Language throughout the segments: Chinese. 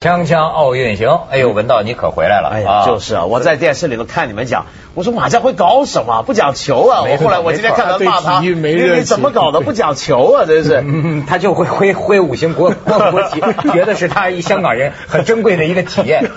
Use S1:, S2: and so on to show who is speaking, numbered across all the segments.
S1: 锵锵奥运行，哎呦，文道你可回来了！
S2: 哎呀，就是啊，我在电视里头看你们讲，我说马家辉搞什么？不讲球啊！
S1: 没
S2: 我
S1: 错
S2: 后来我今天看他
S3: 没错
S2: 骂他，
S3: 对体
S2: 你
S3: 育没热
S2: 你怎么
S3: 情
S2: 搞的？
S3: 对
S2: 不讲球啊！真是。
S1: 嗯，他就会挥挥五星国 国国旗，觉得是他一香港人很珍贵的一个体验。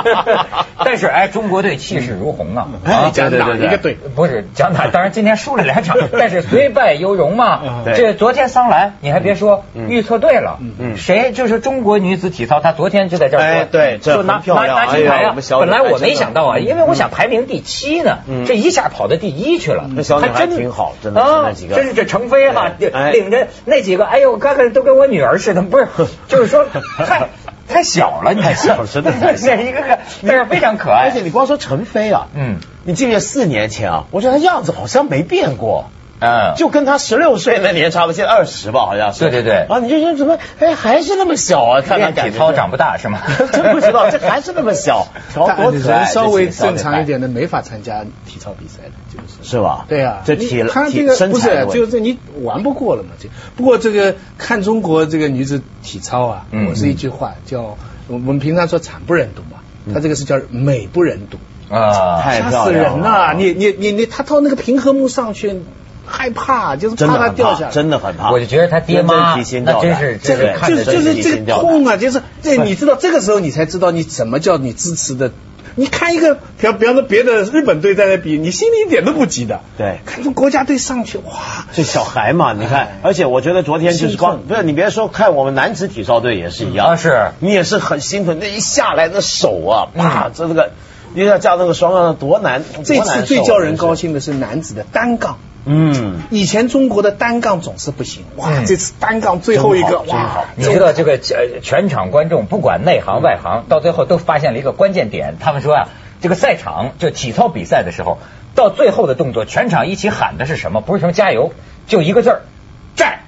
S1: 但是哎，中国队气势如虹啊！
S3: 哎
S1: 啊
S3: 讲
S1: 对对
S3: 哪一个队
S1: 不是讲哪？当然今天输了两 场，但是虽败犹荣嘛。
S3: 嗯
S1: 这昨天桑兰，你还别说，预测对了。
S2: 嗯
S1: 谁就是中国女子体操，她昨天就在这儿说，
S2: 哎对这
S1: 就拿
S2: 很漂亮
S1: 拿拿金
S2: 哎
S1: 牌
S2: 呀
S1: 啊
S2: 我们！小
S1: 本来
S2: 女孩
S1: 我没
S2: 真的
S1: 想到啊，因为我想排名第七呢，
S2: 嗯
S1: 这一下跑到第一去了。
S2: 那小女孩
S1: 还真
S2: 挺好真的
S1: 啊
S2: 那几个
S1: 真是这程飞哈
S2: 对哎
S1: 领着那几个，哎呦，看看都跟我女儿似的，不 是，就是说太太小了，你
S2: 太小 了真的太小
S1: 对一个个，但是非常可
S3: 哎
S2: 而且
S1: 爱。
S2: 你光说陈飞啊，
S1: 嗯
S2: 你记不记得四年前啊？我觉得他样子好像没变过。
S1: 嗯，
S2: 就跟他十六岁那年差不多，现在二十吧，好像是。
S1: 对对对
S2: 啊，你就说怎么，哎，还是那么小啊？看他
S1: 练
S2: 感
S1: 体
S2: 觉？
S1: 操长不大是吗
S2: 真不知道，这还是那么 小，条
S3: 大
S2: 多可爱
S3: 人稍微
S2: 这些小
S3: 正常
S2: 女
S3: 一
S2: 孩
S3: 点的没法参加体操比赛的，就是。
S2: 是吧？
S3: 对啊，
S2: 这体
S3: 你他这
S2: 体
S3: 个
S2: 身
S3: 不
S2: 材的
S3: 是，啊
S2: 问题
S3: 就是你玩不过了嘛。这不过这个看中国这个女子体操啊，
S1: 嗯
S3: 我是一句话叫我们平常说惨不忍睹嘛，他这个是叫美不忍睹，
S1: 啊，
S2: 嗯太
S3: 吓
S2: 漂
S3: 死
S2: 亮
S3: 人
S2: 了
S3: 呐！你你你你，他到那个平衡木上去害怕，就是
S2: 真的
S3: 怕他
S2: 很
S3: 掉下
S2: 怕，
S3: 来。
S2: 真的很怕。
S1: 我就觉得他爹妈
S2: 真提心
S1: 那
S2: 吊
S1: 真
S2: 胆
S1: 是
S3: 这
S1: 对
S3: 个
S1: 看着
S3: 就是
S1: 真
S3: 就是是这个痛啊，就是这你知道这个时候你才知道你什么叫你支持的。你看一个，比方比方说别的日本队在那比，你心里一点都不急的。
S2: 对
S3: 看中国家队上去，哇，
S2: 这小孩嘛，你
S1: 嗯
S2: 看，而且我觉得昨天就是光，
S3: 心痛
S2: 不是你别说，看我们男子体操队也是一样，
S1: 啊是
S2: 你也是很兴奋，那一下来的手啊，啪，
S1: 嗯
S2: 这这个，你想架那个双杠多难，
S3: 这
S2: 多难受啊
S3: 次最叫人高，兴的是男子的单杠。
S2: 真是嗯，
S3: 以前中国的单杠总是不行，哇，
S1: 嗯
S3: 这次单杠最后一
S2: 真
S3: 个，
S2: 好真好
S3: 哇，
S1: 你知道这个呃全场观众不管内
S2: 嗯
S1: 行外行，到最后都发现了一个关键点，他们说啊，这个赛场就体操比赛的时候，到最后的动作，全场一起喊的是什么？不是什么加油，就一个字儿， 站。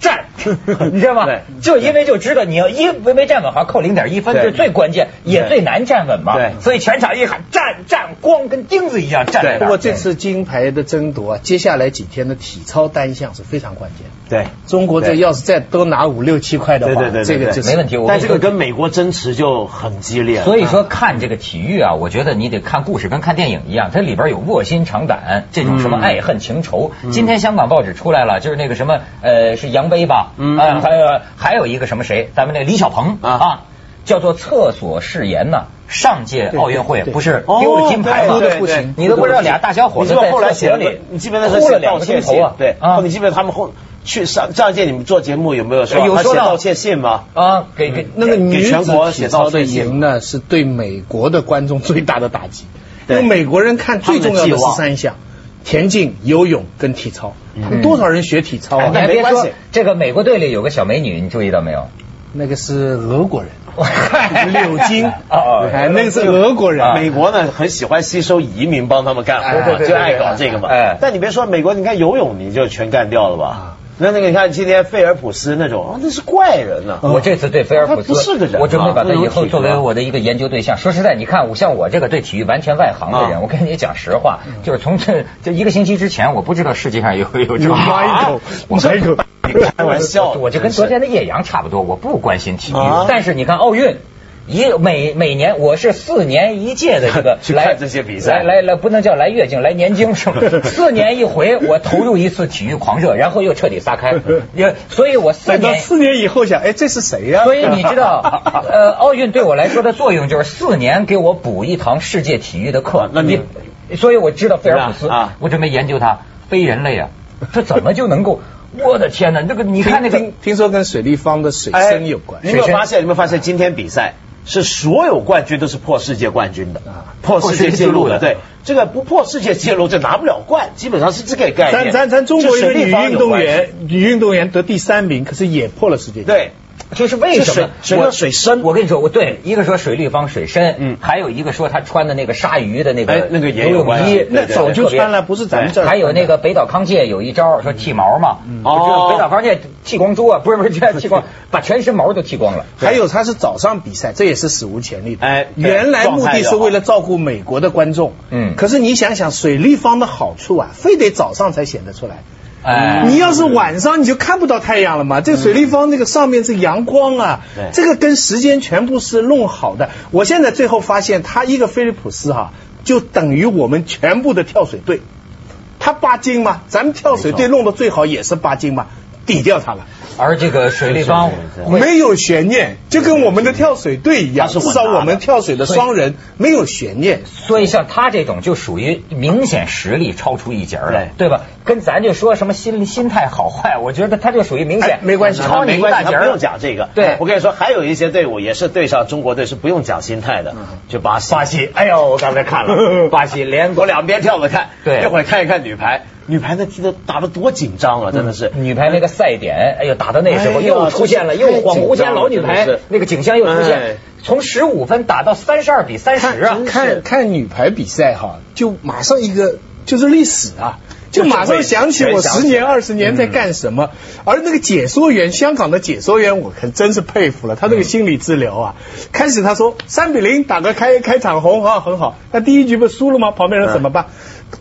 S1: 站， 你知道吗
S2: 对？
S1: 就因为就知道你要一没没站稳，好像扣零点一分，
S2: 对
S1: 这是最关键也
S2: 对
S1: 最难站稳嘛。
S2: 对
S1: 所以全场一喊站站，光跟钉子一样站在
S2: 对
S1: 那
S3: 不
S1: 儿。
S3: 过这次金牌的争夺啊，接下来几天的体操单项是非常关键。
S2: 对。
S3: 中国这
S2: 对
S3: 要是再多拿五六七块的话
S2: 对对对，对
S3: 这个
S2: 对
S3: 就是
S1: 没问题我
S2: 但这个跟美国争持就很激烈了，
S1: 所以说看这个体育啊，我觉得你得看故事，跟看电影一样，它里边有卧薪尝胆这种什么
S2: 嗯
S1: 爱恨情仇。今天香港报纸出来了，就是那个什么呃是杨威吧，
S2: 嗯
S1: 呃还有还有一个什么谁，咱们那个李小鹏
S2: 啊
S1: 啊。叫做厕所誓言呐，上届奥运会
S3: 对对
S1: 不是
S2: 哦
S1: 丢了金牌吗？
S3: 对对对对
S1: 你都不知道俩大小伙
S2: 你知
S1: 子
S2: 道
S1: 在
S2: 后来
S1: 厕
S2: 写
S1: 所
S2: 了
S1: 里，
S2: 你记不记得他
S1: 哭
S2: 写
S1: 了两
S2: 道
S1: 个
S2: 歉
S1: 钟头
S2: 信
S1: 啊？
S2: 对，
S1: 啊
S2: 哦你记不记得他们后去上上一届你们做节目有没有说
S1: 有
S2: 他
S1: 说
S2: 写
S1: 到
S2: 道歉信吗？嗯
S1: 啊，给给
S3: 那个女
S2: 给全
S3: 子
S2: 国
S3: 体
S2: 写
S3: 操
S2: 道
S3: 的
S2: 歉信
S3: 赢呢，是对美国的观众最大的打击。
S2: 对
S3: 因为美国人看最重要
S2: 他们的
S3: 的
S2: 寄
S3: 是
S2: 望嗯
S3: 三项：田径、游泳跟体操。他们多少人学体操
S1: 哎
S3: 啊
S1: 你？还
S2: 没
S1: 别
S2: 关
S1: 说
S2: 系，
S1: 这个美国队里有个小美女，你注意到没有？
S3: 那个是俄国 人，
S1: 柳
S3: 柳
S1: 金
S2: 啊
S3: 金，
S1: 哦
S3: 哎，那个是俄国人。
S2: 美国呢很喜欢吸收移民帮他们干活
S3: 哎
S2: 嘛，
S3: 对对对
S2: 就爱搞这个嘛
S1: 哎。
S2: 但你别说美国，你看游泳你就全干掉了吧
S3: 啊？
S2: 那那个你看今天费尔普斯那种，啊那是怪人呐。
S1: 我这次对菲尔普斯，
S2: 啊他不是个人啊
S1: 我准备把他以后作
S2: 不能体
S1: 为
S2: 育啊
S1: 我的一个研究对象。说实在，你看我像我这个对体育完全外行的人，
S2: 啊嗯
S1: 我跟你讲实话，就是从这就一个星期之前，我不知道世界上有有
S2: 啊
S1: 这种。
S3: Michael，
S1: 我跟
S3: Michael
S1: 你看
S2: 开玩笑
S1: 我就跟昨天的叶阳差不多，我不关心体育
S2: 啊，
S1: 但是你看奥运。一每每年我是四年一届的这个
S2: 去
S1: 来
S2: 看这些比赛
S1: 来来来不能叫来月经来年经 是吧？四年一回，我投入一次体育狂热，然后又彻底撒 开，也所以我四
S3: 等到
S1: 年
S3: 四年以后想，哎，这是谁呀？
S1: 所以你知 道，呃，奥运对我来说的作用就是四年给我补一堂世界体育的课
S2: 啊。那你
S1: 你，所以我知道菲尔普斯
S2: 是吧啊
S1: 我准备研究他非人类啊，他怎么就能 够？我的天哪，那个你看那个
S3: 听，听说跟水立方的水
S2: 哎，
S3: 深有关。
S2: 你有没有发现？你有没有发现今天比赛是所有冠军都是破世界冠军的
S3: 啊，
S2: 破世界
S1: 破世
S2: 纪录
S1: 界纪录
S2: 的。
S1: 的
S2: 对，这个不破世界纪录就拿不了冠，基本上是这个概
S3: 咱
S2: 念。
S3: 咱咱中国一
S2: 哎就
S3: 个
S2: 水立
S3: 女
S2: 方
S3: 运
S2: 有
S3: 动
S2: 关系，
S3: 员，女运动员得第三名，可是也破了世界纪录。
S2: 对，
S1: 就是为什么
S2: 水水
S1: 我
S2: 和水深
S1: 我跟你说，我对一个说水立方水深，
S2: 嗯
S1: 还有一个说他穿的那个鲨鱼的那
S2: 哎
S1: 个
S2: 那个也
S1: 游
S2: 有
S1: 泳
S2: 关系
S1: 衣，
S2: 对对
S3: 那早就穿了，不是咱们这儿。
S1: 还有那个北岛康介有一招说剃毛嘛，我知道
S2: 哦
S1: 北岛康介剃光猪啊，不是不是剃光，把全身毛都剃光了。
S3: 还有他是早上比赛，这也是史无前例的。
S2: 哎对
S3: 原来目的是为了照顾美国的观众。
S1: 嗯
S3: 可是你想想，水立方的好处啊，非得早上才显得出来。
S2: 嗯
S1: 哎
S3: 你要是晚上你就看不到太阳了嘛。这个水立方那个上面是阳光啊
S2: 对，
S3: 这个跟时间全部是弄好的。我现在最后发现，他一个菲利普斯哈、就等于我们全部的跳水队。他巴金嘛，咱们跳水队弄得最好也是巴金嘛，抵掉他了，
S1: 而这个水立方
S2: 是是是
S1: 会
S3: 没有悬念，就跟我们的跳水队一样，
S2: 他是
S3: 至
S2: 稳
S3: 少
S2: 拿的
S3: 我们跳水的双人没有悬念。
S1: 所以像他这种就属于明显实力超出一截儿了，对
S2: 对
S1: 吧？跟咱就说什么心心态好坏，我觉得他就属于明显、
S3: 哎没关系
S1: 超你
S2: 啊没
S1: 一
S2: 关
S1: 大
S2: 系，
S1: 截
S2: 他
S1: 儿。
S2: 不用讲这个。
S1: 对
S2: 我跟你说，还有一些队伍也是对上中国队是不用讲心态的，就巴西。
S1: 巴西，嗯哎呦，我刚才看 了，巴西连
S2: 我两边跳着看，
S1: 对
S2: 一会儿看一看女排，女排那踢的打的多紧张啊，真的是。
S1: 女排那个赛点，哎呦，打到那时候
S2: 哎呀
S1: 又出现了，
S2: 真是
S1: 又恍惚
S2: 太紧张
S1: 间
S2: 了
S1: 老女排
S2: 真的是
S1: 那个景象又出
S2: 哎
S1: 现，从十五分打到三十二比三十啊
S3: 看！看看女排比赛哈，就马上一个就是历史啊，就马上想起我十年二十年
S2: 嗯
S3: 在干什么。而那个解说员，香港的解说员，我可真是佩服了，他那个心理治疗啊。开始他说三比零打个开开场红啊很好，那第一局不输了吗？旁边人怎么办？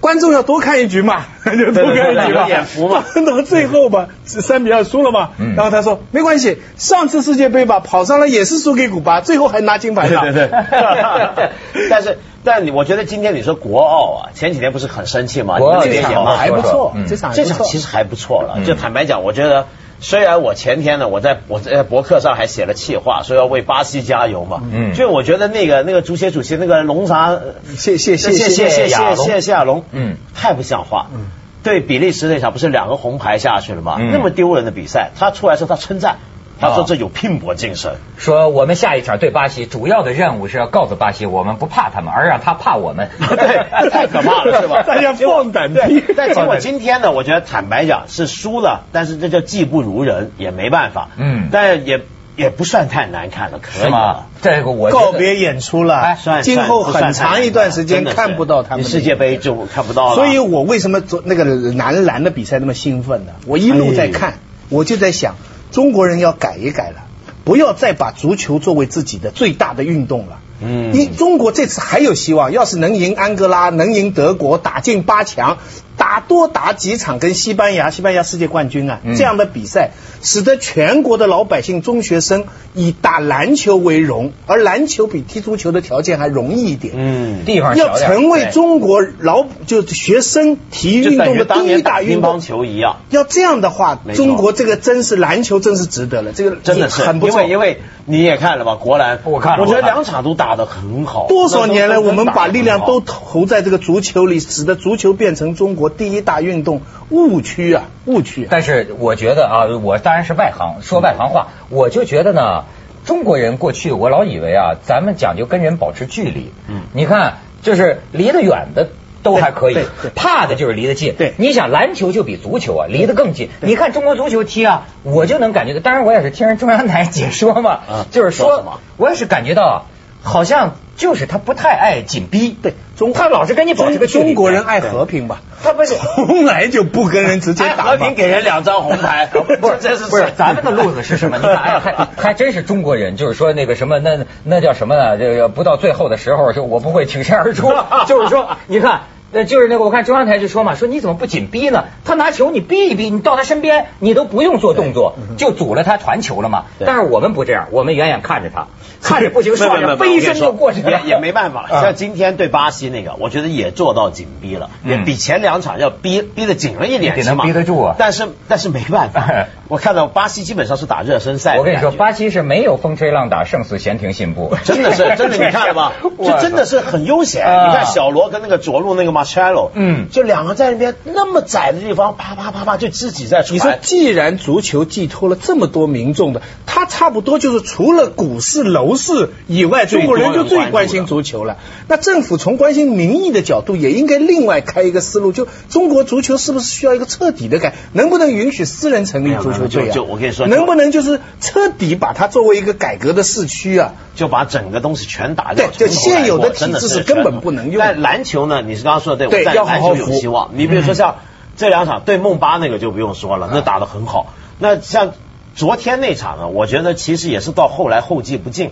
S3: 观众要多看一局嘛， 就多看一
S2: 对对对
S3: 局嘛
S2: 有眼福嘛，
S3: 到最后吧，三比二输了嘛。
S1: 嗯
S3: 然后他说没关系，上次世界杯吧跑上来也是输给古巴，最后还拿金牌
S2: 对
S3: 了。
S2: 对对， 但是但你我觉得今天你说国奥啊，前几天不是很生气吗？
S1: 国奥
S2: 你们也
S3: 这
S1: 这
S2: 讲
S3: 场
S1: 嘛
S2: 吗？
S3: 还不
S1: 说说
S3: 错
S1: 嗯，
S3: 这场还
S2: 这
S3: 不
S2: 场
S3: 错
S2: 其实还不错了。
S1: 嗯
S2: 就坦白讲，我觉得虽然我前天呢，我在我在博客上还写了气话，说要为巴西加油嘛。
S1: 嗯
S2: 就我觉得那个那个足协主席那个龙啥，呃
S3: 谢谢谢
S2: 谢谢谢
S1: 亚龙
S2: 谢谢亚龙，
S1: 嗯
S2: 太不像话。
S3: 嗯
S2: 对比利时那场不是两个红牌下去了吗？
S1: 嗯
S2: 那么丢人的比赛，他出来说他称赞，他说
S1: 啊
S2: 这有拼搏精神。
S1: 说我们下一场对巴西，主要的任务是要告诉巴西，我们不怕他们，而让他怕我们。
S2: 对，太可怕了，是吧？
S3: 大家放胆
S2: 对
S3: 踢，
S2: 但结果今天呢，我觉得坦白讲是输了，但是这叫技不如人，也没办法。
S1: 嗯
S2: 但也也不算太难看了，可
S1: 是
S2: 以
S1: 吗
S2: 了。？
S1: 这个我觉得
S3: 告别演出
S1: 哎
S3: 了
S2: 算，
S3: 今后很长一段时间
S2: 算太难
S3: 看不到他
S2: 真
S3: 们
S2: 的是世界杯就看不到了。
S3: 所以我为什么昨那个男篮的比赛那么兴奋呢？我一路在
S2: 哎
S3: 看，我就在想，中国人要改一改了，不要再把足球作为自己的最大的运动了。
S2: 嗯
S3: 你中国这次还有希望，要是能赢安哥拉，能赢德国，打进八强，打多打几场跟西班牙，西班牙世界冠军啊，
S1: 嗯
S3: 这样的比赛，使得全国的老百姓、中学生以打篮球为荣，而篮球比踢足球的条件还容易一点。
S2: 嗯，
S1: 地方小
S3: 要
S1: 点儿
S3: 成为
S1: 对
S3: 中国老就学生体育
S2: 就
S3: 运
S2: 等
S3: 动
S2: 于
S3: 的
S2: 当
S3: 第一
S2: 年打
S3: 大
S2: 乒
S3: 运
S2: 乓
S3: 动。
S2: 球一样。
S3: 要这样的话
S2: 没，错
S3: 中国这个真是篮球真是值得了，这个
S2: 真的是，
S3: 很不
S2: 因
S3: 错。
S2: 为因为你也看了吧，国篮，
S1: 我看了
S2: 我觉得
S1: 我看了
S2: 两场都打得很好。
S3: 多少年来，
S2: 那都
S3: 我们把力量都
S2: 打得很好
S3: 投在这个足球里，使得足球变成中国第一大运动，误区啊，误区、啊。
S1: 但是我觉得啊，我当然是外行，说外行话，我就觉得呢，中国人过去我老以为啊，咱们讲究跟人保持距离。
S2: 嗯
S1: 你看，就是离得远的。都还可以
S3: 对对，
S1: 怕的就是离得近。
S3: 对
S1: 你想篮球就比足球啊离得更近。你看中国足球踢啊，我就能感觉到。当然，我也是听人中央台解说嘛，
S2: 啊
S1: 就是
S2: 说什么
S1: 说，我也是感觉到，啊好像就是他不太爱紧逼。
S3: 对中
S1: 他老是跟你保持
S3: 中
S1: 个距离。
S3: 中国人爱和平吧，
S1: 他不是
S3: 从来就不跟人直接
S2: 哎
S3: 打
S2: 和
S3: 嘛。
S2: 平给人两张红 牌，
S1: 不是，
S2: 这是
S1: 不是咱们的路子是什 么？你看，哎，还还真是中国人，就是说那个什么，那那叫什么呢？这个不到最后的时候，就我不会挺身而 出，就是说，你看。那就是那个，我看中央台就说嘛，说你怎么不紧逼呢？他拿球你逼一逼，你到他身边，你都不用做动作，就阻了他传球了嘛。
S2: 嗯对
S1: 但是我们不这样，我们远远看着 他，看着不行，
S2: 没
S1: 上
S2: 没没
S1: 着
S2: 没
S1: 飞
S2: 我跟
S1: 身
S2: 你
S1: 就
S2: 说
S1: 过去了，
S2: 也也没办法。
S1: 啊
S2: 像今天对巴西那个，我觉得也做到紧逼了，
S1: 嗯
S2: 也比前两场要逼逼得紧了一点，
S1: 得
S2: 起码
S1: 能逼得住啊
S2: 但是但是没办 法，我看到巴西基本上是打热身赛的
S1: 我跟你说，
S2: 感觉。
S1: 巴西是没有风吹浪打，胜似闲庭信步，
S2: 真的 是，真的，你看了吧？就真的是很悠闲。
S1: 啊
S2: 你看小罗跟那个左路那个 Marcelo，
S1: 嗯
S2: 就两个在那边那么窄的地方，啪啪啪啪就自己在传。
S3: 你说，既然足球寄托了这么多民众的，他差不多就是除了股市、楼市以外，
S2: 最
S3: 中
S2: 多
S3: 国
S2: 人
S3: 人就最关
S2: 关注
S3: 心
S2: 的
S3: 足球了。那政府从关心民意的角度，也应该另外开一个思路，就中国足球是不是需要一个彻底的改？能不能允许私人成
S2: 没
S3: 立
S2: 有
S3: 足
S2: 没有
S3: 球队
S2: 就
S3: 啊？
S2: 就我跟你说
S3: 能不能就是彻底把它作为一个改革的市区啊？
S2: 就把整个东西全打掉。
S3: 对就现有的体制是根本不能用的
S2: 但篮球呢，你是刚刚说的对，
S3: 对
S2: 我但
S3: 要好
S2: 篮
S3: 好
S2: 球有
S3: 服嗯
S2: 希望。你比如说像这两场对梦巴那个就不用说了，那打得很好。那像昨天那场呢，我觉得其实也是到后来后继不进。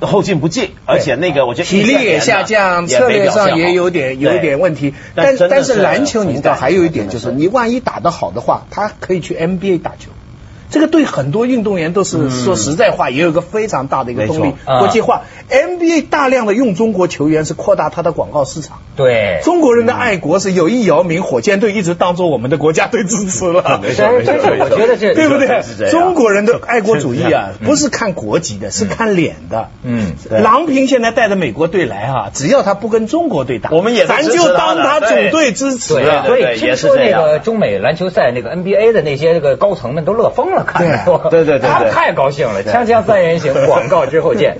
S2: 后劲不济，而且那个我觉得
S3: 体力也下降，策略上也有点有点问题。但但是篮球你知道还有一点就是，你万一打得好的话，他可以去 NBA 打球。这个对很多运动员都是说实在话，也有一个非常大的一个动力
S2: 嗯没。
S1: 错
S2: 啊
S3: 国际化，NBA 大量的用中国球员是扩大他的广告市场。
S1: 对，
S3: 中国
S2: 嗯
S3: 人的爱国是有意姚明火箭队一直当做我们的国家队支持了。
S2: 没 错
S1: 但是
S2: 没错
S1: 但是
S2: 没错
S1: 我觉得这
S3: 对不
S2: 是是这样嗯
S3: 对？中国人的爱国主义
S2: 是这样
S3: 啊，不是看国籍的，是看脸的。
S1: 嗯
S2: 对
S3: 郎平现在带着美国队来啊，呃只要他不跟中国队打，
S2: 我们也是
S3: 咱
S2: 支持
S3: 就
S2: 他的
S3: 当他
S2: 对
S3: 主队支持
S2: 对
S3: 啊。
S1: 所以
S2: 对
S1: 听
S2: 也是
S1: 说
S2: 这
S1: 那
S2: 样
S1: 个中美篮球赛那个 NBA 的那些这个高层们都乐疯了，看着都
S2: 对对对对
S1: 他们太高兴了。锵锵三人行， 广告之后见。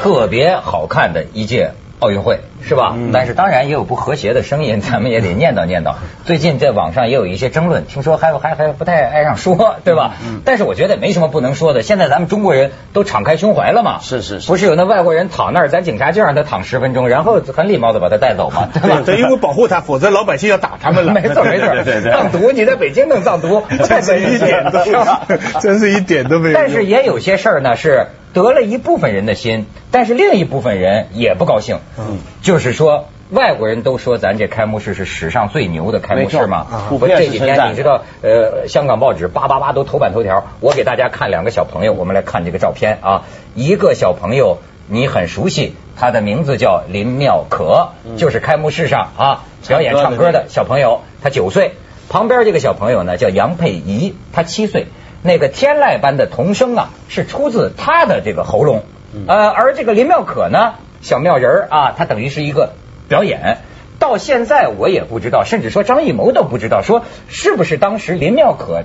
S1: 特别好看的一届奥运会，是吧？
S2: 嗯
S1: 但是当然也有不和谐的声音，咱们也得念叨念叨。最近在网上也有一些争论，听说还还还不太爱让说， 对吧？
S2: 嗯
S1: 但是我觉得没什么不能说的。现在咱们中国人都敞开胸怀了嘛，
S2: 是是是
S1: 不是有那外国人躺那儿，咱警察就让他躺十分钟，然后很礼貌的把他带走 嘛，对 吧？
S3: 对，因为保护他，否则老百姓要打 他们了。
S1: 没错没错
S2: 对对，对
S1: 藏毒你在北京弄藏毒，
S3: 真是一 点都， 真是一点都没有用。
S1: 但是也有些事儿呢，是得了一部分人的心，但是另一部分人也不高兴。
S3: 嗯
S1: 就是说外国人都说咱这开幕式是史上最牛的开幕式嘛
S2: 没错啊。
S1: 我
S2: 普遍是
S1: 这几天
S2: 称赞的
S1: 你知道，呃，香港报纸叭叭叭都头版头条。我给大家看两个小朋友，我们来看这个照片啊。一个小朋友你很熟悉，他的名字叫林妙可，就是开幕式上啊表演唱歌的小朋友，他九岁。旁边这个小朋友呢叫杨佩仪，他七岁。那个天籁般的童声啊，是出自他的这个喉咙。
S2: 嗯
S1: 呃，而这个林妙可呢，小妙人儿啊，她等于是一个表演。到现在我也不知道，甚至说张艺谋都不知道，说是不是当时林妙可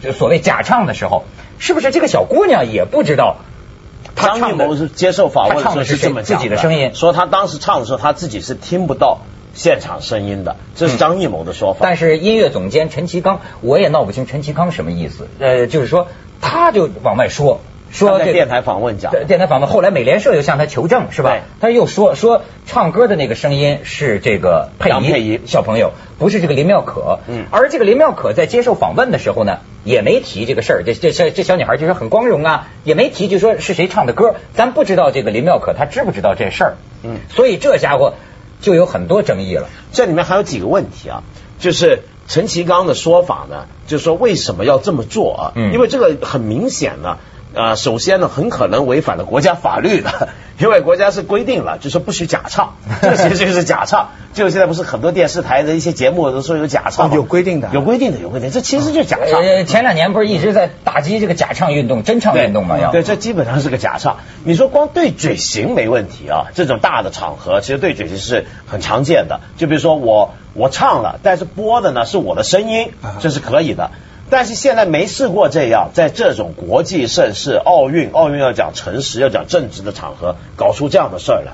S1: 就所谓假唱的时候，是不是这个小姑娘也不知道她
S2: 张艺
S1: 唱的
S2: 谋是接受访问
S1: 她唱
S2: 的
S1: 的是
S2: 时候是这么
S1: 自
S2: 讲
S1: 己的声音，
S2: 说他当时唱的时候他自己是听不到现场声音的，这是张艺谋的说法。
S1: 嗯但是音乐总监陈其刚，我也闹不清陈其刚什么意思。呃，就是说他就往外说说
S2: 他在
S1: 这个
S2: 电台访问讲
S1: 对电台访问，后来美联社又向他求证，是吧
S2: 对？
S1: 他又说说唱歌的那个声音是这个佩
S2: 杨
S1: 仪
S2: 佩仪
S1: 小朋友，不是这个林妙可。
S2: 嗯
S1: 而这个林妙可在接受访问的时候呢，也没提这个事儿。这这这这小女孩就说很光荣啊，也没提就说是谁唱的歌，咱不知道这个林妙可她知不知道这事儿。
S2: 嗯
S1: 所以这家伙就有很多争议了。
S2: 这里面还有几个问题啊，就是陈其刚的说法呢，就是说为什么要这么做啊？
S1: 嗯
S2: 因为这个很明显呢，呃，首先呢，很可能违反了国家法律的， 因为国家是规定了，就说不许假唱，这其实就是假唱。 就现在不是很多电视台的一些节目都说有假唱吗、
S3: 哦有规定的
S2: 有规定的，有规定的，这其实就是假唱。
S1: 呃，前两年不是一直在打击这个假唱运动、真唱运动吗？要
S2: 对，这基本上是个假唱。你说光对嘴型没问题啊，这种大的场合，其实对嘴型是很常见的。就比如说我我唱了，但是播的呢是我的声音
S3: 啊，
S2: 这是可以的。但是现在没试过这样，在这种国际盛世、奥运，奥运要讲诚实、要讲正直的场合，搞出这样的事儿来，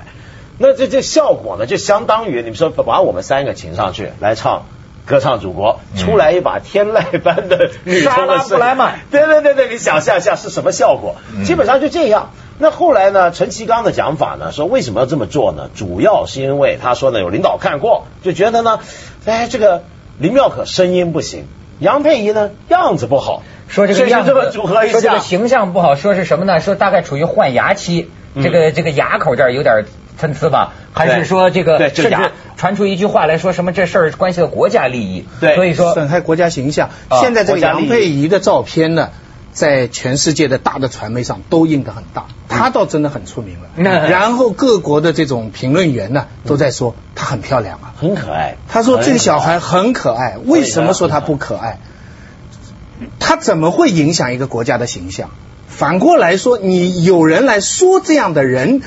S2: 那这这效果呢，就相当于你们说把我们三个请上去来唱。歌唱祖国，出来一把天籁般的女中
S1: 嗯莎
S2: 的
S1: 拉布莱曼
S2: 对对对对，你想象一下是什么效果？基本上就这样。那后来呢？陈其刚的讲法呢，说为什么要这么做呢？主要是因为他说呢，有领导看过，就觉得呢，哎，这个林妙可声音不行，杨佩仪呢样子不好，
S1: 说这
S2: 所
S1: 个
S2: 以
S1: 样
S2: 就
S1: 子，
S2: 这么组合一
S1: 说这个
S2: 下，
S1: 形象不好，说是什么呢？说大概处于换牙期，
S2: 嗯
S1: 这个这个牙口这儿有点参差吧，还是
S2: 对
S1: 说这个
S2: 对
S1: 甚
S2: 这个
S1: 至
S2: 牙
S1: 传出一句话来说什么这事儿关系到国家利益，
S2: 对
S1: 所以 说
S3: 损害国家形象。
S1: 啊
S3: 现在这
S2: 国
S3: 个
S2: 家利益
S3: 杨佩仪的照片呢，在全世界的大的传媒上都印得很大，她倒真的很出 名了。
S1: 嗯
S3: 然后各国的这种评论员呢，都在说她很漂亮啊。
S2: 很可爱。
S3: 他说这个小孩很可爱，为什么说他不可爱？他怎么会影响一个国家的形象？反过来说，你有人来说这样的人，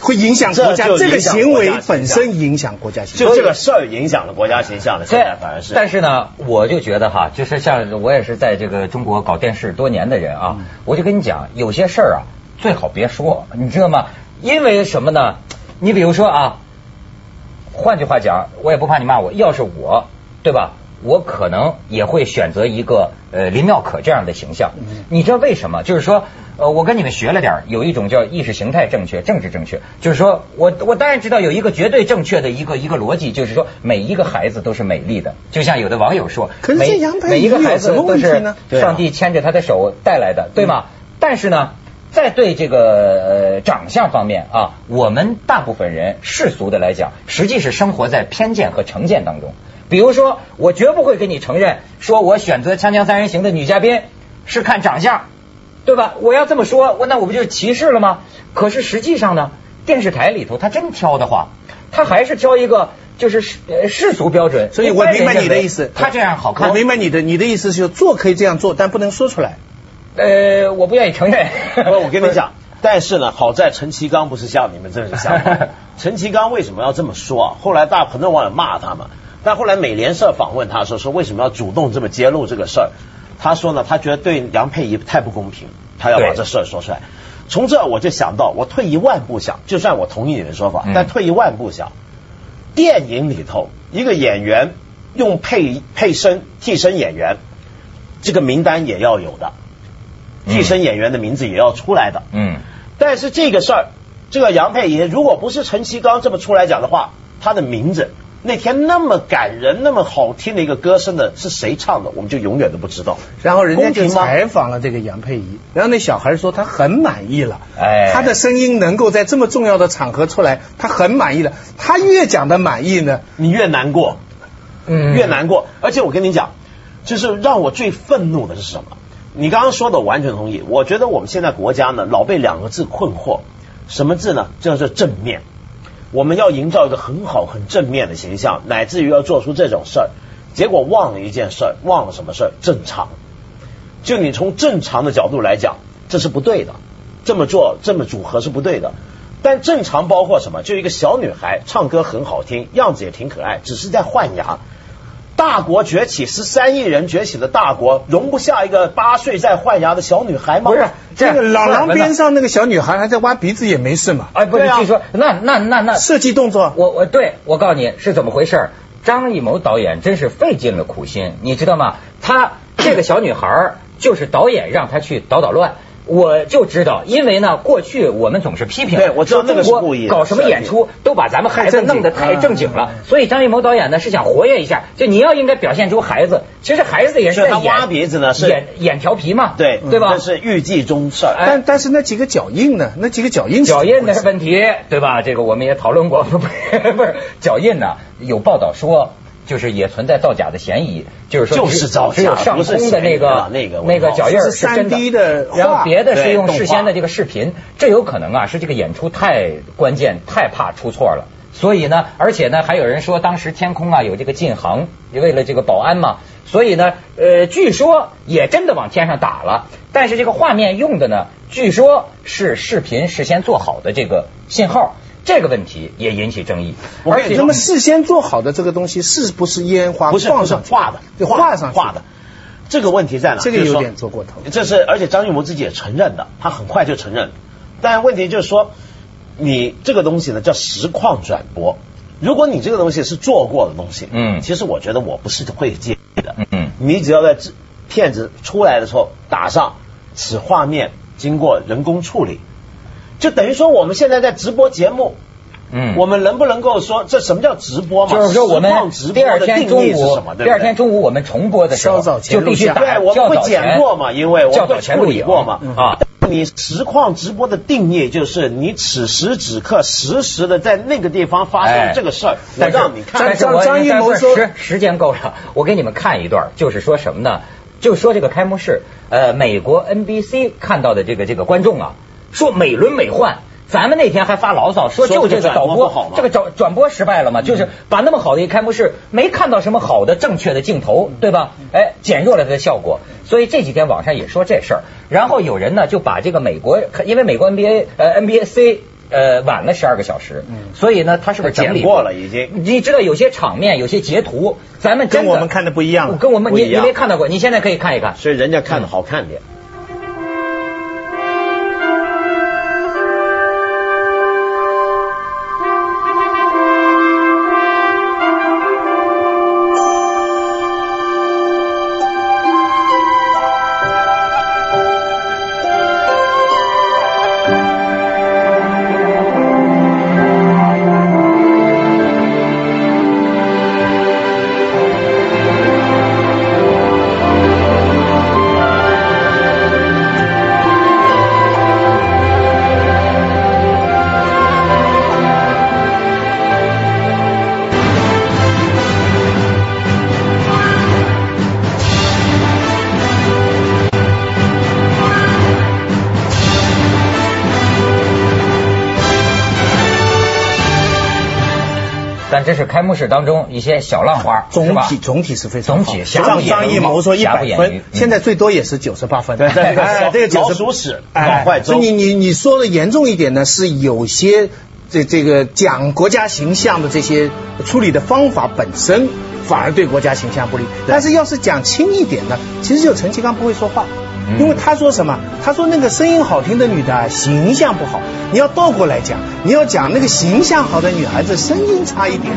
S3: 会影响国家，
S2: 这
S3: 这
S2: 就影
S3: 个
S2: 响
S3: 行
S2: 国家
S3: 为
S2: 形象
S3: 本身影响国家形象。
S2: 就这个事儿影响了国家形象了，现在反而是。
S1: 但是呢，我就觉得哈，就是像我也是在这个中国搞电视多年的人啊，
S2: 嗯
S1: 我就跟你讲，有些事儿啊，最好别说，你知道吗？因为什么呢？你比如说啊，换句话讲，我也不怕你骂我，要是我，对吧？我可能也会选择一个呃林妙可这样的形象。
S3: 嗯
S1: 你知道为什么？就是说，呃，我跟你们学了点儿，有一种叫意识形态正确、政治正确，就是说我我当然知道有一个绝对正确的一个一个逻辑，就是说每一个孩子都是美丽的，就像有的网友说，
S3: 可是这
S1: 每
S3: 杨培
S1: 每一个
S3: 宇有
S1: 孩
S3: 什
S1: 子
S3: 么
S1: 都
S3: 问题
S1: 是
S3: 呢
S2: 对啊
S1: 上帝牵着他的手带来的，对
S3: 嗯
S1: 吗？但是呢。在对这个呃长相方面啊，我们大部分人世俗的来讲，实际是生活在偏见和成见当中。比如说，我绝不会跟你承认说我选择《锵锵三人行》的女嘉宾是看长相，对吧？我要这么说，我那我不就是歧视了吗？可是实际上呢，电视台里头他真挑的话，他还是挑一个就是世呃世俗标准。
S3: 所以我明白你的意思，
S1: 他这样好看。
S3: 我明白你的，你的意思是做可以这样做，但不能说出来。
S1: 呃，我不愿意承认。
S2: 不，我跟你讲，但是呢，好在陈其刚不是像你们这种想 法。陈其刚为什么要这么说啊？后来大很多网友骂他嘛，但后来美联社访问他的时候说，为什么要主动这么揭露这个事儿？他说呢，他觉得对杨佩仪太不公平，他要把
S1: 对
S2: 这事儿说出来。从这我就想到，我退一万步想，就算我同意你的说法，
S1: 嗯
S2: 但退一万步想，电影里头一个演员用配配声替身演员，这个名单也要有的，替身演员的名字也要出来的。
S1: 嗯。
S2: 但是这个事儿，这个杨佩仪如果不是陈其刚这么出来讲的话，她的名字那天那么感人、那么好听的一个歌声的是谁唱的，我们就永远都不知道。
S3: 然后人家就
S2: 公平吗
S3: 采访了这个杨佩仪，然后那小孩说他很满意了，
S1: 哎
S3: 他的声音能够在这么重要的场合出来，他很满意了。他越讲的满意呢，
S2: 你越难过，
S1: 嗯
S2: 越难过。而且我跟你讲，就是让我最愤怒的是什么？你刚刚说的我完全同意。我觉得我们现在国家呢，老被两个字困惑，什么字呢？叫做正面。我们要营造一个很好、很正面的形象，乃至于要做出这种事儿，结果忘了一件事儿，忘了什么事儿？正常。就你从正常的角度来讲，这是不对的，这么做这么组合是不对的。但正常包括什么？就一个小女孩唱歌很好听，样子也挺可爱，只是在换牙。大国崛起，十三亿人崛起的大国，容不下一个八岁在换牙的小女孩吗？
S1: 不是
S3: 这个
S1: 样
S3: 老
S1: 不
S3: 狼
S1: 是
S3: 边上那个小女孩还在挖鼻子也没事嘛，
S1: 哎，不是，
S2: 对啊
S1: 据说那那那那，
S3: 设计动作。
S1: 我我对我告诉你是怎么回事儿。张艺谋导演真是费尽了苦心，你知道吗？他这个小女孩儿就是导演让她去捣捣乱。我就知道，因为呢，过去我们总是批评，
S2: 对我知道那个是
S1: 说中国
S2: 故意的
S1: 搞什么演出都把咱们孩子弄得太正经了，
S2: 嗯
S1: 所以张艺谋导演呢是想活跃一下，就你要应该表现出孩子，其实孩子也是
S2: 是
S1: 在
S2: 他
S1: 演
S2: 挖鼻子呢是
S1: 演演调皮嘛，
S2: 对
S1: 对吧？
S2: 这是预计中事儿。
S1: 哎
S3: 但但是那几个脚印呢？那几个脚印是怎
S1: 脚
S3: 么回事，
S1: 印的问题，对吧？这个我们也讨论过，不 是不是脚印呢、有报道说。就是也存在造假的嫌疑，就是说
S2: 就是造假
S1: 只有上空的那个
S2: 不是嫌疑的那个
S1: 那个脚印儿
S3: 是
S1: 真
S3: 3D 的画
S1: 然后别的是用
S2: 对
S1: 事先的这个视频，这有可能啊是这个演出太关键，太怕出错了。所以呢，而且呢，还有人说当时天空啊有这个禁航，为了这个保安嘛，所以呢，呃，据说也真的往天上打了，但是这个画面用的呢，据说是视频事先做好的这个信号，这个问题也引起争议。
S2: 我跟你
S1: 而且
S3: 那么事先做好的这个东西是不是烟花
S2: 不是
S3: 放
S2: 不是
S3: 上去
S2: 画的，
S3: 就画上去
S2: 画的。这个问题在哪？
S3: 这个
S2: 就是说
S3: 有点做过头
S2: 这是而且张艺谋自己也承认的，他很快就承认。但问题就是说，你这个东西呢叫实况转播。如果你这个东西是做过的东西，
S1: 嗯
S2: 其实我觉得我不是会介意的，
S1: 嗯嗯
S2: 你只要在制片子出来的时候打上此画面经过人工处理，就等于说我们现在在直播节目，
S1: 嗯
S2: 我们能不能够说这什么叫直播嘛？
S1: 就是说我
S2: 实况
S1: 们
S2: 直播
S1: 第二
S2: 的定
S1: 天中
S2: 义是
S1: 午
S2: 什么？，对不对
S1: 第二天中午我们重播的时候
S3: 稍早前
S1: 就必须
S3: 录像
S1: 打
S2: 对，我
S1: 较
S2: 们会
S1: 早前
S2: 剪过嘛，因为我
S1: 较
S2: 们
S1: 早
S2: 会
S1: 前
S2: 处
S1: 录
S2: 理
S1: 影
S2: 过嘛
S1: 嗯啊。
S2: 你实况直播的定义就是你此时此刻实时的在那个地方发
S1: 哎
S2: 生这个事儿，我
S1: 但是
S2: 让你看。
S1: 但是我
S3: 张张艺谋
S1: 但是
S3: 说
S1: 时时间够了，我给你们看一段，就是说什么呢？就说这个开幕式，呃，美国 NBC 看到的这个这个观众啊，说美轮美奂。咱们那天还发牢骚，说
S2: 说
S1: 就这个导
S2: 转播不好
S1: 播
S2: 吗，
S1: 这个转转播失败了嘛，
S3: 嗯
S1: 就是把那么好的一开幕式，没看到什么好的正确的镜头，
S3: 嗯
S1: 对吧？哎，减弱了它的效果。所以这几天网上也说这事儿，然后有人呢就把这个美国，因为美国 NBA 呃 NBC 呃晚了十二个小时，
S3: 嗯
S1: 所以呢他是不是
S2: 他整
S1: 整理
S2: 过了已经
S1: 你知道有些场面、有些截图，咱们真
S3: 跟我们看的不一样了
S1: 跟我们
S2: 不
S1: 你
S2: 一
S1: 你
S2: 样
S1: 没看到过，你现在可以看一看。
S2: 所以人家看的好看点。
S1: 但这是开幕式当中一些小浪花，是
S3: 总
S1: 吧
S3: 体总体是非常好
S1: 总体瑕
S3: 张
S1: 不掩瑜
S3: 张艺谋说一
S1: 瑕
S3: 百
S1: 不掩瑜
S3: 分
S1: 嗯，
S3: 现在最多也是九十八 分。
S2: 对对对
S3: 哎
S2: 老
S3: 这个九
S2: 老
S3: 十
S2: 鼠屎
S1: 哎
S2: 搞坏粥
S3: 哎所以你你你说的严重一点呢，是有些这这个讲国家形象的这些处理的方法本身反而对国家形象不利。但是要是讲轻一点呢，其实就陈其刚不会说话。
S1: 嗯
S3: 因为他说什么？他说那个声音好听的女的啊形象不好，你要倒过来讲，你要讲那个形象好的女孩子声音差一点。